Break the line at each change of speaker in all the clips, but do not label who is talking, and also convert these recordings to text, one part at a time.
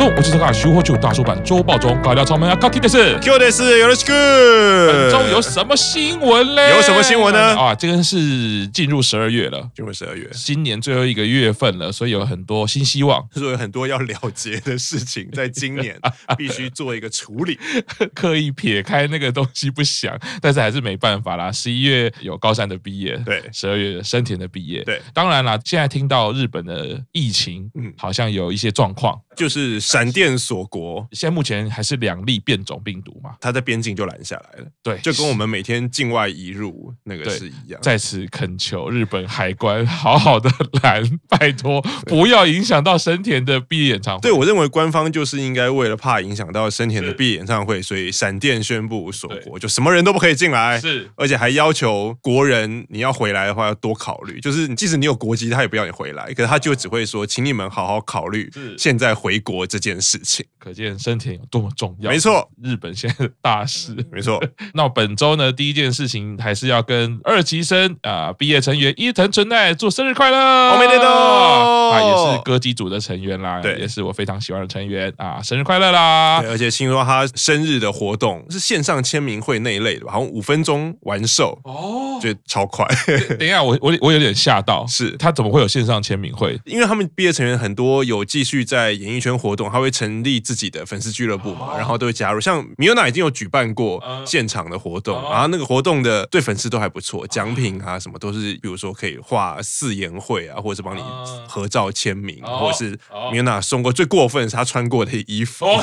どうも、こちらが修法中大叔版周报中高料草莓阿卡基です。
Q 的是有的是
本周
good，
有什么新闻嘞？
呃有什么新闻呢
啊，这个是进入十二月 了，
就会十二月，
新年最后一个月份了，所以有很多新希望。
所以有很多要了结的事情，在今年必须做一个处理。
刻意撇开那个东西不想，但是还是没办法啦。十一月有高山的毕业，
对
十二月深田的毕业，
对。
当然啦，现在听到日本的疫情，嗯
嗯，
好像有一些状况。
就是闪电锁国，
现在目前还是两例变种病毒嘛，
它在边境就拦下来了，
对，
就跟我们每天境外移入那个是一样。
在此恳求日本海关好好的 拦，拜托不要影响到深田的毕业演唱会。
对我认为，官方就是应该为了怕影响到深田的闭演唱会，所以闪电宣布锁国，就什么人都不可以进来。
是
而且还要求国人，你要回来的话要多考虑，就是你即使你有国籍，他也不要你回来，可是他就只会说，请你们好好考虑
是
现在回国这件事情。
可见深田有多么重要。
没错，
日本现在的大事。
没错，
那本周呢，第一件事情还是要跟二级生啊、毕业成员伊藤纯奈祝生日快乐，
おめでとう
啊，也是歌姬组的成员啦，
对
也是我非常喜欢的成员啊，生日快乐啦
对！而且听说他生日的活动是线上签名会那一类的吧，好像五分钟完售，
哦，
就超快。
等一下，我我我有点吓到，
是
他怎么会有线上签名会？
因为他们毕业成员很多有继续在演艺圈活动，他会成立自己的粉丝俱乐部
哦
嘛，然后都会加入。像米欧娜已经有举办过
嗯
现场的活动，
哦
然后那个活动的对粉丝都还不错，奖品啊什么都是，比如说可以画四言会啊，或者是帮你
嗯
合照签名，
哦
或者是
哦
米欧娜送过最过分的是她穿过的衣服。
哦，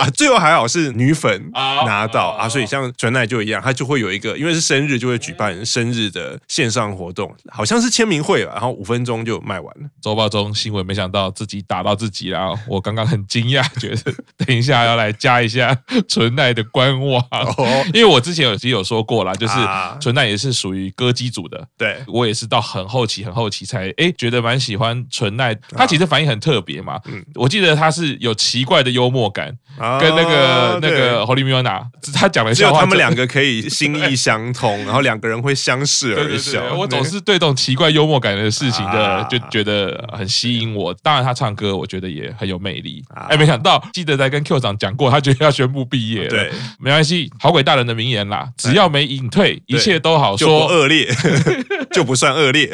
啊，最后还好是女粉
啊
拿到
啊
啊，所以像纯奶就一样，他就会有一个，因为是生日就会举办生日的线上活动，好像是签名会吧，然后五分钟就卖完 了。
周报中新闻，没想到自己打到自己啦！ 我刚刚很惊讶， 觉得等一下要来加一下纯奈的官网，
哦，
因为我之前有也有说过啦，就是
啊
纯奈也是属于歌姬组的。
对，
我也是到很后期、很后期才哎、诶觉得蛮喜欢纯奈，她其实反应很特别嘛。
啊嗯
我记得她是有奇怪的幽默感，
啊
跟那个、那
对
个 Holy Miona，她讲的
只有
笑话
他
真
们
的
两个可以心意 相通，然后两个人会相视
对
而
对
笑。
对，我总是对这种奇怪幽默感的事情的
啊，
就觉得很吸引我。当然，他唱歌我觉得也很有魅力。
啊
哎，没想到记得在跟 Q 长讲过，他觉得要宣布毕业了。
对，
没关系，好鬼大人的名言啦，只要没隐退，一
对
切都好
就不
说。
恶 劣，就不算恶劣。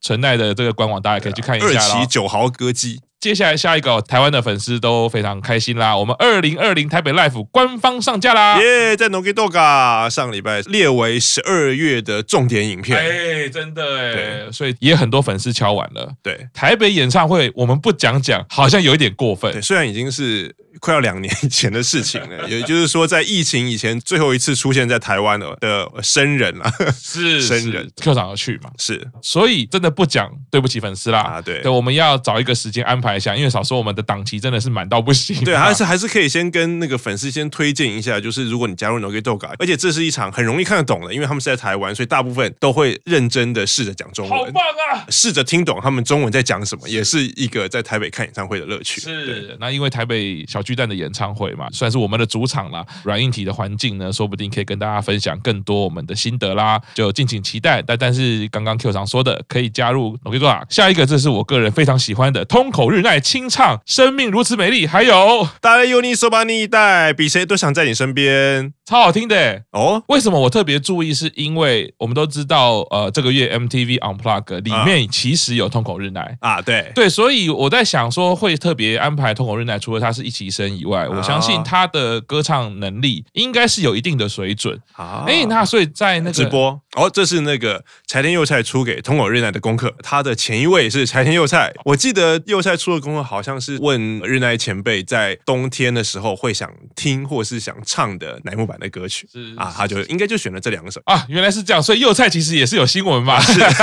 纯爱的这个官网大家可以去看一
二
下
期
啦。
九豪歌姬，
接下来下一个哦，台湾的粉丝都非常开心啦，我们二零二零台北 Life 官方上架啦。
耶，在 Nogi Doga 上礼拜列为十二月的重点影片。
哎，真的哎，所以也很多粉丝敲碗了。
对
台北演唱会我们不讲讲，好像有一点过分
对，。虽然已经是快要两年以前的事情 了，也就是说，在疫情以前最后一次出现在台湾的的生人啊，
是
生
是
人
Q 长要去嘛，
是
所以真的不讲对不起粉丝啦。
啊，对
对，我们要找一个时间安排一下，因为少说我们的档期真的是满到不行啊。
对，还是还是可以先跟那个粉丝先推荐一下，就是如果你加入 Nogi Doga，而且这是一场很容易看得懂的，因为他们是在台湾，所以大部分都会认真的试着讲 中
好
文，
棒啊！
试着听懂他们中文在讲什么，也是一个在台北看演唱会的乐趣。对，
是，那因为台北小巨蛋的演唱会嘛，算是我们的主场啦。软硬体的环境呢，说不定可以跟大家分享更多我们的心得啦，就敬请期待。但但是刚刚 Q 长说的，可以加入 n o k i d a 下一个，这是我个人非常喜欢的通口日奈清唱《生命如此美丽》，还有
大家有你手把你一带，比谁都想在你身边。
超好听的、欸。
哦，
为什么我特别注意？是因为我们都知道，呃，这个月 MTV Unplug 里面其实有通口日奈。
啊，对，
对，所以我在想说，会特别安排通口日奈，除了他是一起生以
啊
外，我相信他的歌唱能力应该是有一定的水准。
啊
哎、那所以在那个
直播哦，这是那个柴田佑菜出给通口日奈的功课。他的前一位是柴田佑菜，我记得佑菜出的功课好像是问日奈前辈在冬天的时候会想听或是想唱的乃木坂的歌曲
是。
啊，他就应该就选了这两首
啊，原来是这样，所以幼菜其实也是有新闻嘛。是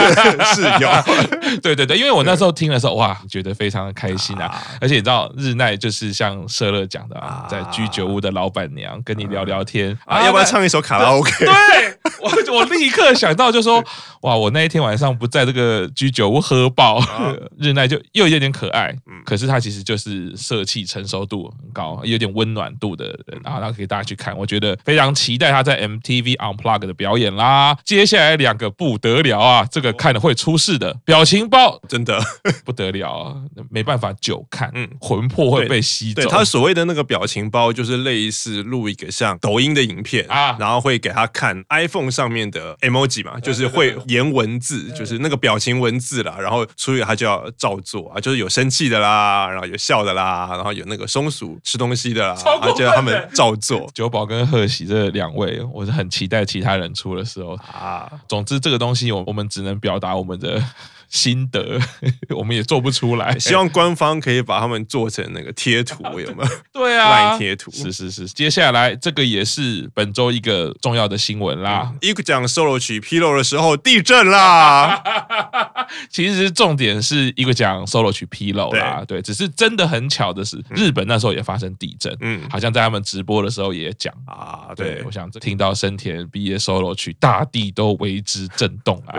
是有
对对对，因为我那时候听的时候，哇，觉得非常的开心啊！而且你知道，日奈就是像社乐讲的啊，
啊
在居酒屋的老板娘跟你聊聊天
啊，要不要
那
唱一首卡拉 OK？
对，我 我立刻想到就说，哇，我那一天晚上不在这个居酒屋喝爆，
啊
日奈就又有点可爱，
嗯
可是它其实就是色气成熟度很高，有点温暖度的
嗯
人啊，那可以大家去看，我觉得非常期待他在 MTV Unplug 的表演啦。接下来两个不得了啊，这个看了会出事的表情包
真的，
不得了啊，没办法久看，
嗯
魂魄会被吸
对
走。
他所谓的那个表情包，就是类似录一个像抖音的影片
啊
然后会给他看 iPhone 上面的 emoji 嘛，就是会言文字，就是那个表情文字啦，然后出去他就要照做啊，就是有生气的啦，然后有笑的啦，然后有那个松鼠吃东西的啦，
超过
啊
分
就让他们
的
照做
九保跟贺喜这两位，我是很期待其他人出的时候
啊。
总之，这个东西我我们只能表达我们的心得， 我们也做不出来。
希望官方可以把他们做成那个贴图，有没有？
对啊，
烂贴图
是是是。接下来这个也是本周一个重要的新闻啦。
嗯
啊
一讲 solo 曲披露的时候，地 震啦！啊
其实重点是一个讲 solo 曲披露啦，对，只是真的很巧的是，日本那时候也发生地震，
嗯
好像在他们直播的时候也讲。
啊，
对
对，
我，想听到生田毕业 solo 曲，大地都为之震动啊，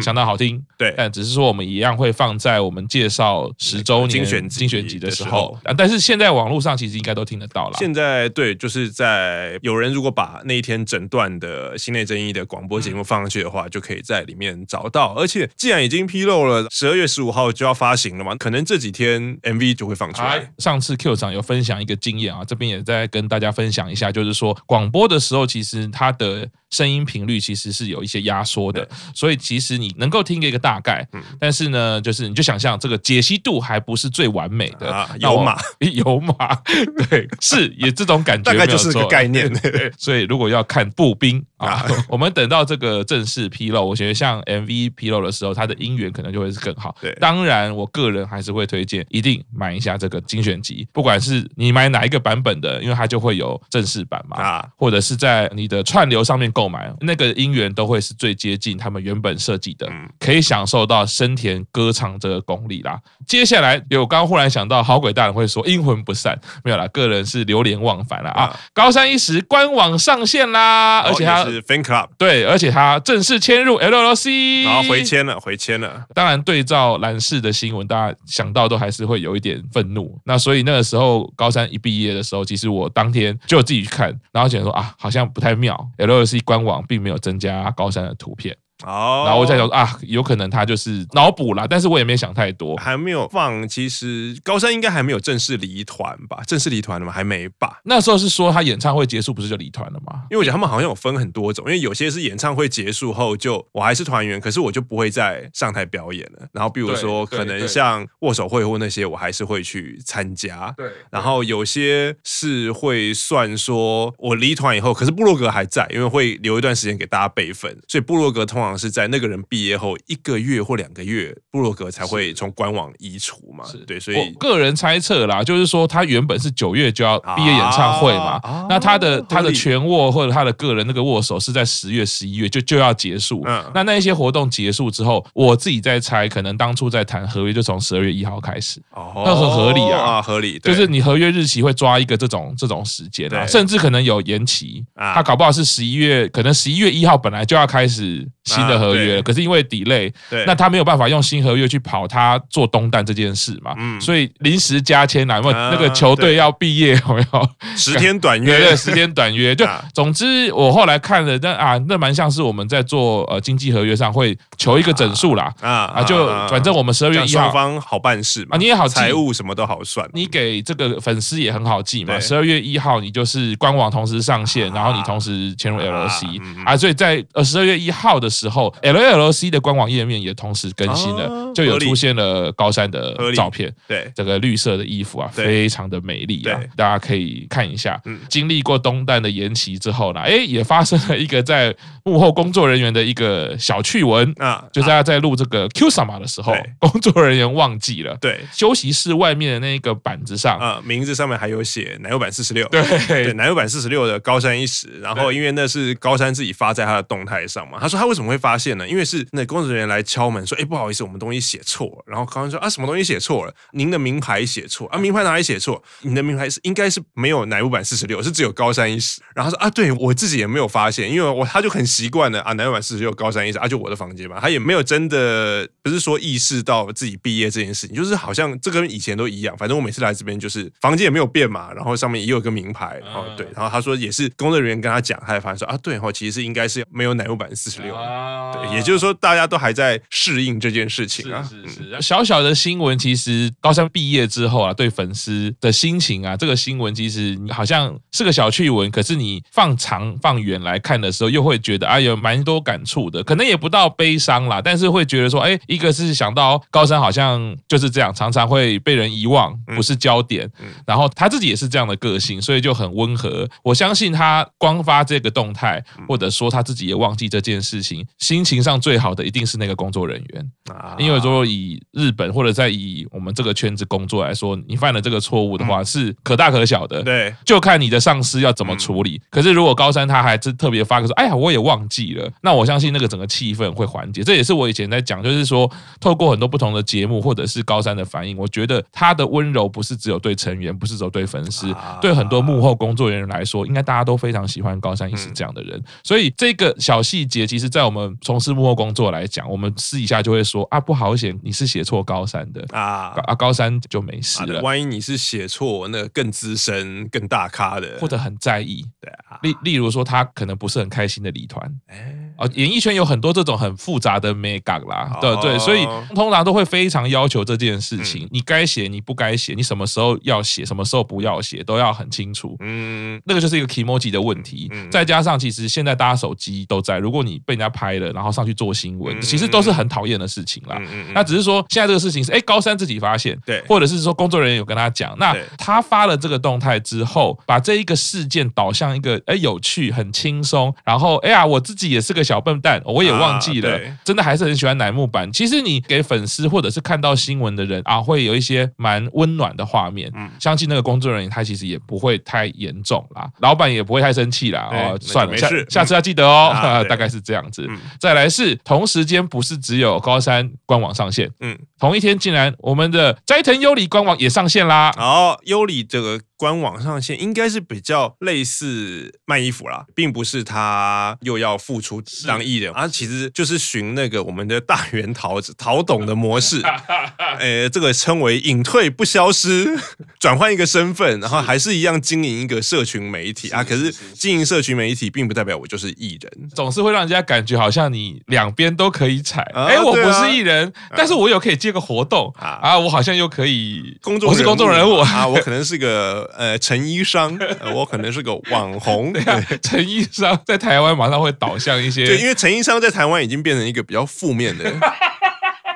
相当好听。
对
但只是说我们一样会放在我们介绍十周年
呃精选集
精选集的时
的时
候
候
啊，但是现在网络上其实应该都听得到啦。
现在对，就是在有人如果把那一天诊断的心内争议的广播节目放上去的话，就可以在里面找到。而且既然已经披露了，十二月十五号就要发行了嘛，可能这几天 MV 就会放出来
哎。上次 Q 长有分享一个经验啊，这边也再跟大家分享一下，就是说广播的时候，其实它的声音频率其实是有一些压缩的，所以其实你能够听一个大概，
嗯
但是呢，就是你就想象这个解析度还不是最完美的。
啊
那我
有码
有码，对，是也这种感觉，
大概就是个概念。
对， 所以如果要看步兵啊
啊，
我们等到这个正式披露，我觉得像 MV 披露的时候，它的音源可能就会是更好。
对
当然我个人还是会推荐，一定买一下这个精选集，不管是你买哪一个版本的，因为它就会有正式版嘛，
啊
或者是在你的串流上面购买，那个音源都会是最接近他们原本设计的，
嗯
可以享受到生田歌唱这个功力啦。接下来有刚刚忽然想到，好鬼大人会说阴魂不散，没有啦，个人是流连忘返啦啊！
啊
高山一时官网上线啦，啊而且
然
他
后也是 Fan Club，
对，而且他正式迁入 LLC，
然后回。签了，回签了。
当然，对照蓝氏的新闻，大家想到都还是会有一点愤怒。那所以那个时候高三一毕业的时候，其实我当天就自己去看，然后觉得说啊，好像不太妙，LLC 官网并没有增加高三的图片，
哦，
然后我在想说啊，有可能他就是脑补啦，但是我也没想太多。
还没有放，其实高山应该还没有正式离团吧？正式离团了吗？还没吧？
那时候是说他演唱会结束不是就离团了吗？
因为我觉得他们好像有分很多种，因为有些是演唱会结束后就我还是团员，可是我就不会再上台表演了。然后比如说
对对
可能像握手会或那些，我还是会去参加。
对
然后有些是会算说，我离团以后，可是部落格还在，因为会留一段时间给大家备份，所以部落格通常是在那个人毕业后一个月或两个月，部落格才会从官网移除嘛
是。
对，所
我
以
个人猜测啦，就是说他原本是九月就要毕业演唱会嘛，
啊啊
那他的他
合
的
理
全握或者他的个人那个握手是在十月、十一月就就要结束。
嗯
那那一些活动结束之后，我自己在猜，可能当初在谈合约就从十二月一号开始。
哦
那很合理啊
合理，
就
对
是你合约日期会抓一个这种这种时间啊，
对
甚至可能有延期。
啊
他搞不好是十一月，可能十一月一号本来就要开始新的合约，
啊对
可是因为 delay，
对
那他没有办法用新合约去跑他做东蛋这件事嘛，
嗯
所以临时加签啦，因为
啊
那个球队要毕业，有没有？
十天短
约
约
对，时间短 约，就
啊
总之我后来看了，但啊，那蛮像是我们在做呃经济合约上会求一个整数啦，
啊
啊，就反正我们十二
这
月
样
一号
双。方好办事嘛，
啊你也好记
财务什么都好算。
你给这个粉丝也很好记嘛，
对啊
十二月一号你就是官网同时上线，然后你同时迁入
嗯
LLC 啊，所以在呃十二月一号的时候，LLC 的官网页面也同时更新了，
哦
就有
合理
出现了高山的
合理
照片。
对，
这个绿色的衣服啊，
对
非常的美丽啊
对，
大家可以看一下
嗯。
经历过东蛋的延期之后呢，哎，也发生了一个在幕后工作人员的一个小趣闻，
那啊
就是大家在录这个 Q 什么的时候
对，
工作人员忘记了，
对，
休息室外面的那个板子上，
啊，名字上面还有写奶油版四十六。
对
对，奶油版四十六的高山一时，然后因为那是高山自己发在他的动态上嘛，他说他为什么么会发现呢？因为是那工作人员来敲门说：“哎，不好意思，我们东西写错了。”然后高安说：“啊，什么东西写错了？您的名牌写错啊？名牌哪里写错？你的名牌是应该是没有乃木坂四十六，是只有高山一十。”然后他说：“啊，对我自己也没有发现，因为我他就很习惯了啊，乃木坂四十六高山一十啊，就我的房间嘛，他也没有真的不是说意识到自己毕业这件事情，就是好像这跟以前都一样，反正我每次来这边就是房间也没有变嘛，然后上面也有个名牌，然后
嗯
哦对，然后他说也是工作人员跟他讲，他才发现说啊，对哦，其实是应该是没有乃木坂四十六。
啊
对，也就是说，大家都还在适应这件事情啊。
是是是，小小的新闻，其实高三毕业之后啊，对粉丝的心情啊，这个新闻其实好像是个小趣闻，可是你放长放远来看的时候，又会觉得啊，有蛮多感触的，可能也不到悲伤啦，但是会觉得说，哎，一个是想到高三好像就是这样，常常会被人遗忘，
嗯
不是焦点，嗯然后他自己也是这样的个性，所以就很温和。我相信他
嗯
光发这个动态，或者说他自己也忘记这件事情，心情上最好的一定是那个工作人员。
啊
因为如果以日本或者在以我们这个圈子工作来说，你犯了这个错误的话，是可大可小的。。
对
就看你的上司要
嗯
怎么处理。可是如果高三他还是特别发个说，哎呀，我也忘记了，那我相信那个整个气氛会缓解。这也是我以前在讲，就是说透过很多不同的节目或者是高三的反应，我觉得他的温柔不是只有对成员，不是只有对粉丝，
啊
对很多幕后工作人员来说，应该大家都非常喜欢高三一是这样的人。所以这个小细节，其实在我们从事幕后工作来讲，我们私底下就会说啊，不好写，你是写错高三的。
啊
啊，高三就没事
啊
了，
万一你是写错那个更资深、更大咖的，
或者很在意，
对啊，
例例如说，他可能不是很开心的离团
哎
啊、演艺圈有很多这种很复杂的 mega 啦，对
哦嗯
对，所以通常都会非常要求这件事情，你该写你不该写，你什么时候要写，什么时候不要写，都要很清楚。
嗯，
那个就是一个 emoji 的问题，
嗯
再加上其实现在大家手机都在，如果你被人家拍了，然后上去做新闻，
嗯
其实都是很讨厌的事情啦。
嗯嗯嗯
那只是说现在这个事情是，哎，高三自己发现，
对
或者是说工作人员有跟他讲，那
对
他发了这个动态之后，把这一个事件导向一个，哎，有趣、很轻松，然后，哎呀，我自己也是个小笨蛋，我也忘记了，
啊对
真的还是很喜欢乃木坂。其实你给粉丝或者是看到新闻的人啊，会有一些蛮温暖的画面。
嗯
相信那个工作人员他其实也不会太严重啦，老板也不会太生气啦。
对
哦
那，就
算了，
没
下
事
下次要记得哦。
嗯啊对
大概是这样子。
嗯
再来是同时间不是只有高山官网上线，
嗯，
同一天竟然我们的斋藤优里官网也上线啦。
然后优里这个官网上线应该是比较类似卖衣服啦，并不是他又要付出当艺人，啊，其实就是寻那个我们的大元桃子陶董的模 式，呃，这个称为隐退不消失， 转换一个身份，然后还是一样经营一个社群媒体啊。可是经营社群媒体，并不代表我就是艺人。
总是会让人家感觉好像你两边都可以踩，
啊
哎、我
对
不
啊
是艺人，但是我有可以接个活动啊
啊
我好像又可以，
工作
我是工作人
人
物
物，啊，我可能是个呃陈医生，呃我可能是个网红， 对啊
陈医生在台湾马上会导向一
对，因
些。
为陈医生在台湾已经变成一个比较负面 的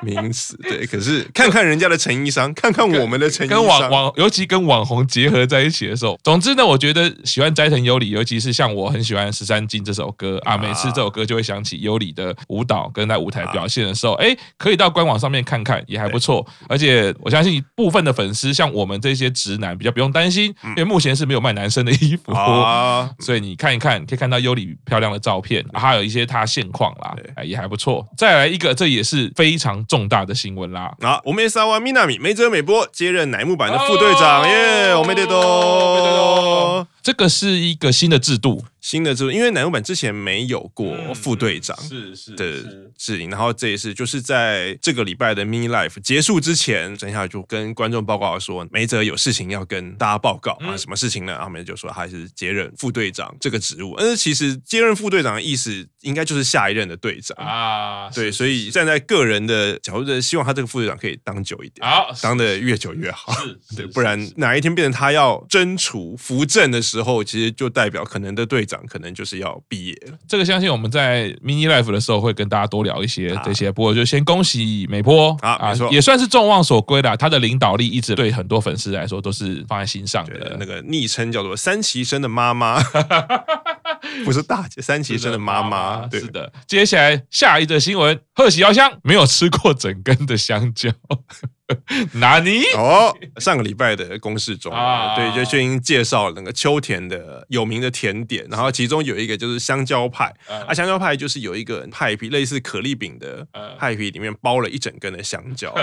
名词。对，可是看看人家的陈医生，看看我们的陈医
跟网
生，
网，尤其跟网红结合在一起的时候，总之呢，我觉得喜欢斋藤优里，尤其是像我很喜欢《十三金》这首歌啊，
啊
每次这首歌就会想起优里的舞蹈跟在舞台表现的时候，哎，可以到官网上面看看，也还不错。而且我相信部分的粉丝，像我们这些直男，比较不用担心，因为目前是没有卖男生的衣服。
嗯啊，
所以你看一看，可以看到优里漂亮的照片，啊还有一些她现况啦
对，
哎，也还不错。再来一个，这也是非常重大的新闻啦。
好，啊我们 S R Y Minami 梅泽美波接任乃木坂的副队长，
哦
耶！我们得
おめでとう
多。
这个是一个新的制度，
新的制度，因为乃木坂之前没有过副队长
嗯是是
的指引，然后这一次就是在这个礼拜的 Mini Life 结束之前，陈夏就跟观众报告说，梅泽有事情要跟大家报告啊，
嗯
什么事情呢？啊，梅泽就说他是接任副队长这个职务，但是其实接任副队长的意思应该就是下一任的队长，
啊，
嗯对，
是
所以站在个人的角度，希望他这个副队长可以当久一点，
好
当 的越久越好。
是是
对，
啊是
不然
是
哪一天变成他要真除扶正的时候，其实就代表可能的队长可能就是要毕业了。
这个相信我们在 mini life 的时候会跟大家多聊一些
啊
这些。不过就先恭喜美波
啊没错
也算是众望所归啦。他的领导力一直对很多粉丝来说都是放在心上
对
的，
那。个昵称叫做三崎生的 妈妈，不是大姐，三崎生的妈妈。对
是，的。接下来下一则新闻，贺喜遥香没有吃过整根的香蕉， 哪尼？
哦，上个礼拜的公示中啊，
啊
对，就薛英介绍了那个秋田的有名的甜点，然后其中有一个就是香蕉派，
嗯
啊，香蕉派就是有一个派皮，类似可丽饼的
嗯
派皮，里面包了一整根的香 蕉。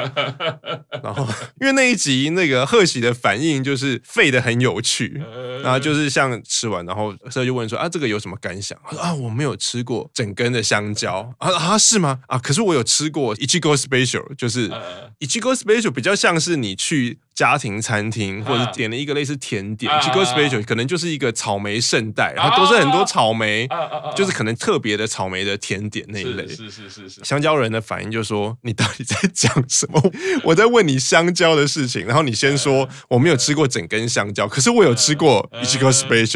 然后，因为那一集那个贺喜的反应就是废的很有
嗯
趣，
啊
然后就是像吃完，然后社就问说啊，这个有什么感想？他说啊，我没有吃过整根的香蕉啊啊，是吗？啊，可是我有吃过 Ichigo Special，就是
呃
Ichigo Special 比较像是你去家庭餐厅，或者
啊
是点了一个类似甜点
啊
，Ichigo
啊啊
Special 可能就是一个草莓圣代，然
哦
后都是很多草莓
啊，啊啊，
就是可能特别的草莓的甜点那一类
是。是是是 是，
香蕉人的反应就说：“你到底在讲什么？ 我在问你香蕉的事情，然后你先说我没有吃过整根香蕉，可是我有吃过
呃
Ichigo Special。”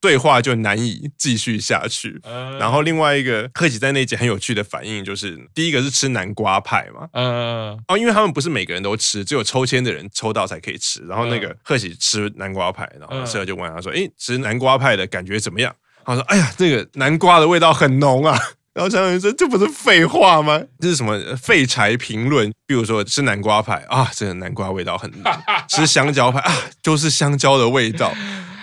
对话就难以继续下去。
呃
然后另外一个贺喜在那一集很有趣的反应就是，第一个是吃南瓜派嘛，
呃
哦，因为他们不是每个人都吃，只有抽签的人抽到才可以吃。然后那个贺喜吃南瓜派，然后
嗯
社友就问他说：“诶，吃南瓜派的感觉怎么样？”他说：“哎呀，这个南瓜的味道很浓啊。” 然后小友说：“这不是废话吗？这是什么废柴评论？比如说吃南瓜派啊，这个南瓜味道很 浓；吃香蕉派啊，就是香蕉的味道，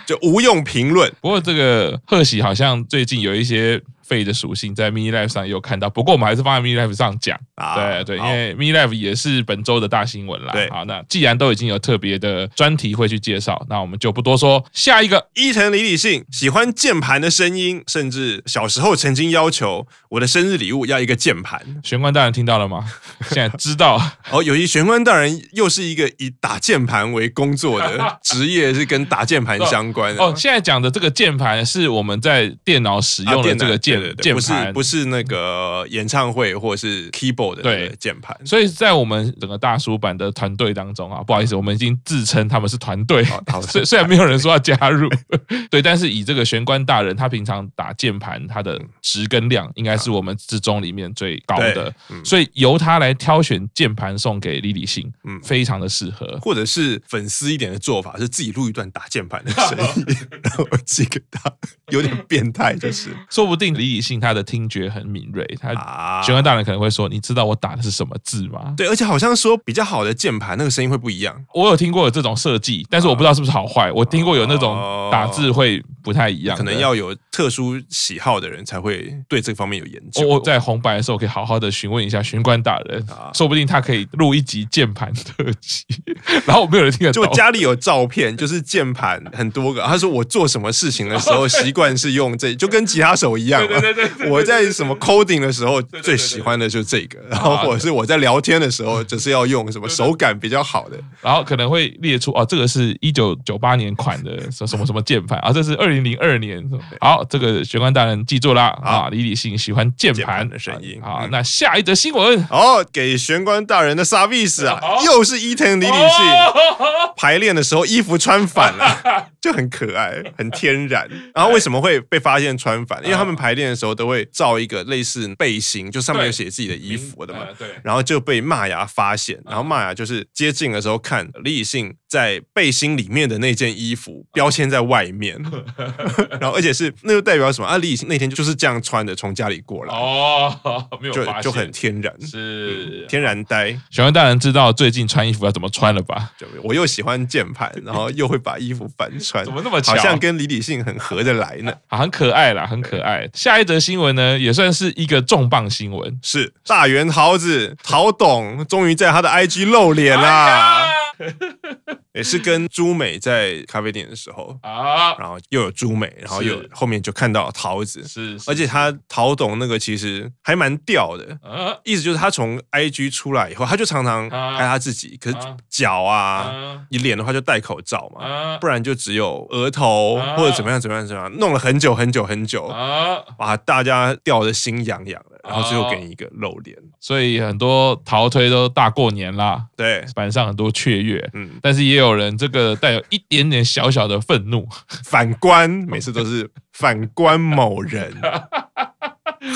就无用评论。
不过这个贺喜好像最近有一些废的属性，在 Mini Life 上也有看到。不过我们还是放在 Mini Life 上讲。
啊
对对，因
好
为 Mini Life 也是本周的大新闻啦。
对
好，那既然都已经有特别的专题会去介绍，那我们就不多说。下一个，
伊藤李理性喜欢键盘的声音，甚至小时候曾经要求我的生日礼物要一个键盘。”
玄关大人听到了吗？现在知 道。
哦，有一玄关大人又是一个以打键盘为工作 的职业，是跟打键盘相关的。
哦，现在讲的这个键盘是我们在电脑使
啊
用的
电
这个
脑
键、
对对对
键
不
盘
是不是那个演唱会或者是 keyboard 的那个
对
键盘。
所以在我们整个大叔版的团队当中啊，不好意思，我们已经自称他们是团队
嗯好 好，
虽虽然没有人说要加入， 对，但是以这个玄关大人他平常打键盘，他的
嗯
值跟量应该是我们之中里面最高的
对，嗯
所以由他来挑选键盘送给李李信，
嗯
非常的适合。
或者是粉丝一点的做法是自己录一段打键盘的声 音，然后寄给他，有点变态，就是
说不定李李信他的听觉很敏锐，他
啊，
玄关大人可能会说：“你知道我打的是什么字吗？”
对，而且好像说比较好的键盘那个声音会不一样，
我有听过有这种设计，但是我不知道是不是好坏。我听过有那种打字会不太一样的，
哦可能要有特殊喜好的人才会对这方面有研
我
究。
我在红白的时候可以好好的询问一下玄关大人，
啊
说不定他可以录一集键盘特辑， 然后没有人听得
就
懂
我。家里有照片，就是键盘很多个。他说我做什么事情的时 候，习惯是用这，就跟吉他手一样嘛。
对对对对对
啊我在什么 coding 的时候，
对对啊
最喜欢的就是这个。然后或者是我在聊天的时候，就是要用什么手感比较好的。
然后可能会列出哦，这个是一九九八年款的什什么什么键盘啊，这是二零零二年。好，这个玄关大人记住啦啊，李李信喜欢键
键
盘
盘的声音
好，
嗯
那下一则新闻，
哦，给玄关大人的 service 啊
哦，
又是伊藤李李信。
哦
排练的时候衣服穿反 了，就很可爱，很天然。然后为什么会被发现穿反？
啊
因为他们排练的时候都会照一个类似背心，就上面有写自己的衣服的嘛
嗯。对，
然后就被玛雅发
嗯
现，然后玛雅就是接近的时候看李以信在背心里面的那件衣
嗯
服标签在外 面，然后而且是那就代表什么啊？李以信那天就是这样穿的从家里过来，
哦， 没有
就
发现
就很天然，嗯
是
天然呆。
小恩大人知道最近穿衣服要怎么穿了 吧？
就我又喜欢键 盘，然后又会把衣服反穿，
怎么那么啊巧
好像跟李理性很合得来呢？
啊，很可爱啦，很可爱。下一则新闻呢，也算是一个重磅新闻。
是大圆桃子陶董终于在他的 IG 露脸
哎
啦，也是跟朱美在咖啡店的时候，
啊，
然后又有朱美，然后又有
是
后面就看到桃子，
是，
而且他陶董那个其实还蛮屌的。
啊
意思就是他从 IG 出来以后，他就常常
啊
拍他自己，可是
啊
脚啊，
啊
你脸的话就戴口罩嘛，
啊
不然就只有额头
啊
或者怎么样怎么样怎么样，弄了很久很久很久，
啊！
哇，大家吊的心痒痒的，然后最后
哦
给你一个露脸，
所以很多淘推都大过年啦，
对，
板上很多雀跃。
嗯，
但是也有人这个带有一点点小小的愤怒，
反观每次都是反观某人，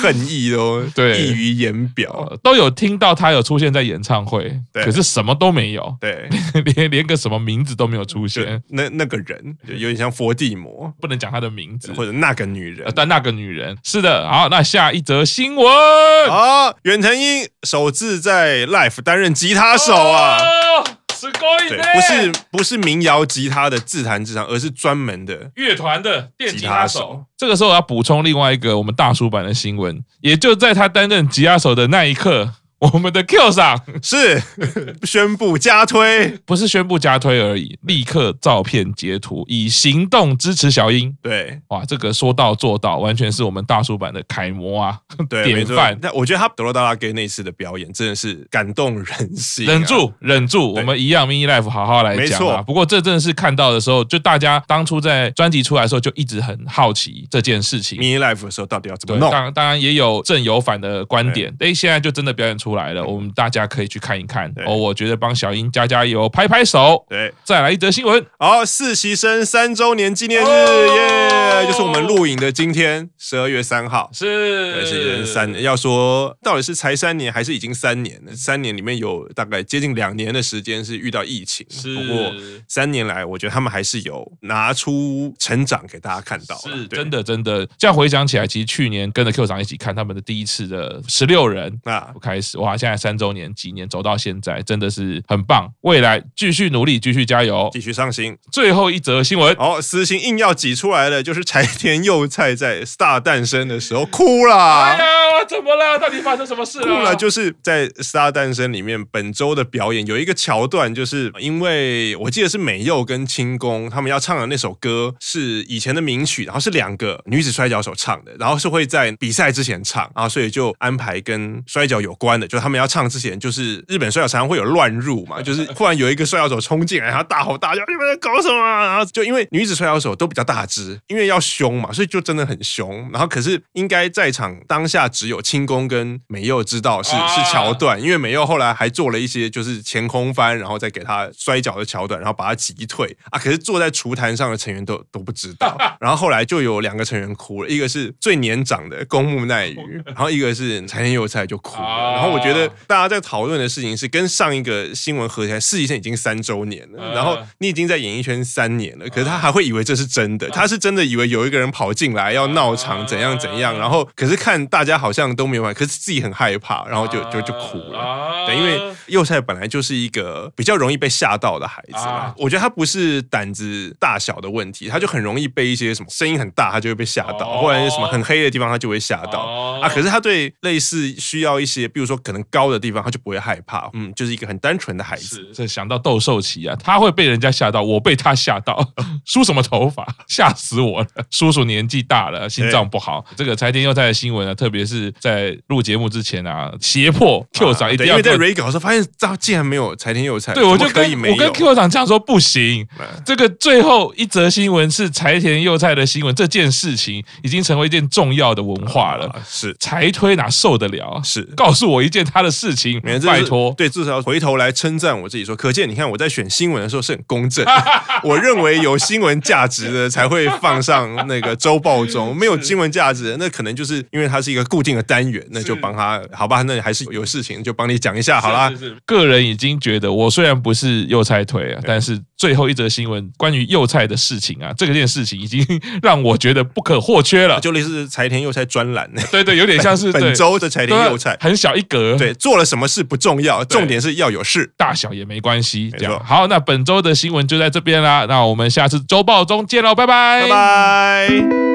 恨意都
对
溢于言表。
呃都有听到他有出现在演唱会，
对
可是什么都没有，
对，
连连个什么名字都没有出
就
现，
那那个人就有点像佛地魔
不能讲他的名字。
或者那个女人
呃。但那个女人是的，好，那下一则新闻，
啊，远藤英首次在 Life 担任吉他手啊。
哦，すごい
对，
ね
不是不是民谣吉他的自弹自唱，而是专门的
乐团的电吉
吉
他
他
手
手。
这个时候我要补充另外一个我们大叔版的新闻，也就在他担任吉他手的那一刻，我们的 Q 上
是宣布加推。
不是宣布加推而已，立刻照片截图，以行动支持小英。
对
哇，这个说到做到，完全是我们大叔版的楷模啊，
对，没
典
错
范。。
但我觉得他德罗达拉给那次的表演真的是感动人心、啊
忍，住，忍住，我
对
们一样 mini life 好好来
没
讲啊。
错
不过这真的是看到的时候，就大家当初在专辑出来的时候就一直很好奇这件事情。
mini life 的时候到底要怎么
对，
弄？
当当然也有正有反的观点。哎，现在就真的表演出来了，我们大家可以去看一看。
对
哦，我觉得帮小英加加油，拍拍手。
对，
再来一则新闻，
好，实习生三周年纪念日，
哦
耶！就是我们录影的今天，十二月三号。
是
对，是已经
呃
三年。要说到底是才三年，还是已经三年了？三年里面有大概接近两年的时间是遇到疫情，啊
是
不过三年来，我觉得他们还是有拿出成长给大家看到了，
是
对
真。的真的，这样回想起来，其实去年跟着 Q 长一起看他们的第一次的十六人
那
开始，哇，现在三周年纪念走到现在，真的是很棒。未来继续努力，继续加油。
继续上行，
最后一则新闻，
哦，私信硬要挤出来了，就是柴田佑菜在 Star 诞生的时候哭啦。
哎呀，怎么了？到底发生什么事啊
酷
了？
了，就是在《Star 诞生》里面，本周的表演有一个桥段，就是因为我记得是美佑跟清宫他们要唱的那首歌是以前的名曲，然后是两个女子摔跤手唱的，然后是会在比赛之前唱，然后所以就安排跟摔跤有关的，就他们要唱之前，就是日本摔跤常常会有乱入嘛，就是忽然有一个摔跤手冲进来，然后大吼大叫：“你们在搞什么啊？”然后就因为女子摔跤手都比较大只，因为要凶嘛，所以就真的很凶。然后可是应该在场当下只有清宫跟美佑知道是
啊
是桥段，因为美佑后来还做了一些就是前空翻，然后再给他摔跤的桥段，然后把他击退啊。可是坐在厨坛上的成员都都不知 道。然后后来就有两个成员哭了，一个是最年长的宫木奈于，然后一个是柴田佑菜就哭了。然后我觉得
啊
大家在讨论的事情是跟上一个新闻合起来，实习生已经三周年
嗯
了，然后你已经在演艺圈三年了，可是他还会以为这是真的，他是真的以为有一个人跑进来要闹场怎样怎
啊
样，然后可是看大家好像都没有玩，可是自己很害怕，然后就就就哭了。
啊
对，因为幼菜本来就是一个比较容易被吓到的孩子
啊
啦，我觉得他不是胆子大小的问题，他就很容易被一些什么声音很大，他就会被吓
哦
到，或者是什么很黑的地方，他就会吓到。
哦
啊，可是他对类似需要一些，比如说可能高的地方，他就不会害怕，嗯，就是一个很单纯的孩子。
这想到斗兽棋啊，他会被人家吓到，我被他吓到， 梳什么头发，吓死我了！叔叔年纪大了，心脏不好。这个柴田佑太的新闻啊，特别是在录节目之前啊，胁迫 Q 长一定
啊对，
要
因为在
做
re 稿的时候发现，他竟然没有柴田佑菜，
对，我就
怎么可
跟
以没
我跟
有。
Q 长这样说不行。
嗯
这个最后一则新闻是柴田佑太的新闻，这件事情已经成为一件重要的文化了。
啊是
柴推哪受得了？
是，
告诉我一件他的事情，
没有这
拜
就是
托。
对，至少回头来称赞我自己说，可见你看我在选新闻的时候是很公正，我认为有新闻价值的才会放上那个周报中，没有新闻价值的，那可能就是因为它是一个固定的单元，那就是帮他，好吧，那你还是有事情就帮你讲 一下好啦。
是是是个人已经觉得，我虽然不是右菜腿啊，但是最后一则新闻关于右菜的事情啊，这个件事情已经让我觉得不可或缺了。
就类似柴田佑菜专栏，
对对，有点像是
本周的柴
对
田
对
佑菜，
很小一格，
对，做了什么事不重要，重点是要有事。
大小也没关系。
没
这样
错
好，哎那本周的新闻就在这边啦，那我们下次周报中见喽，拜拜，
拜拜。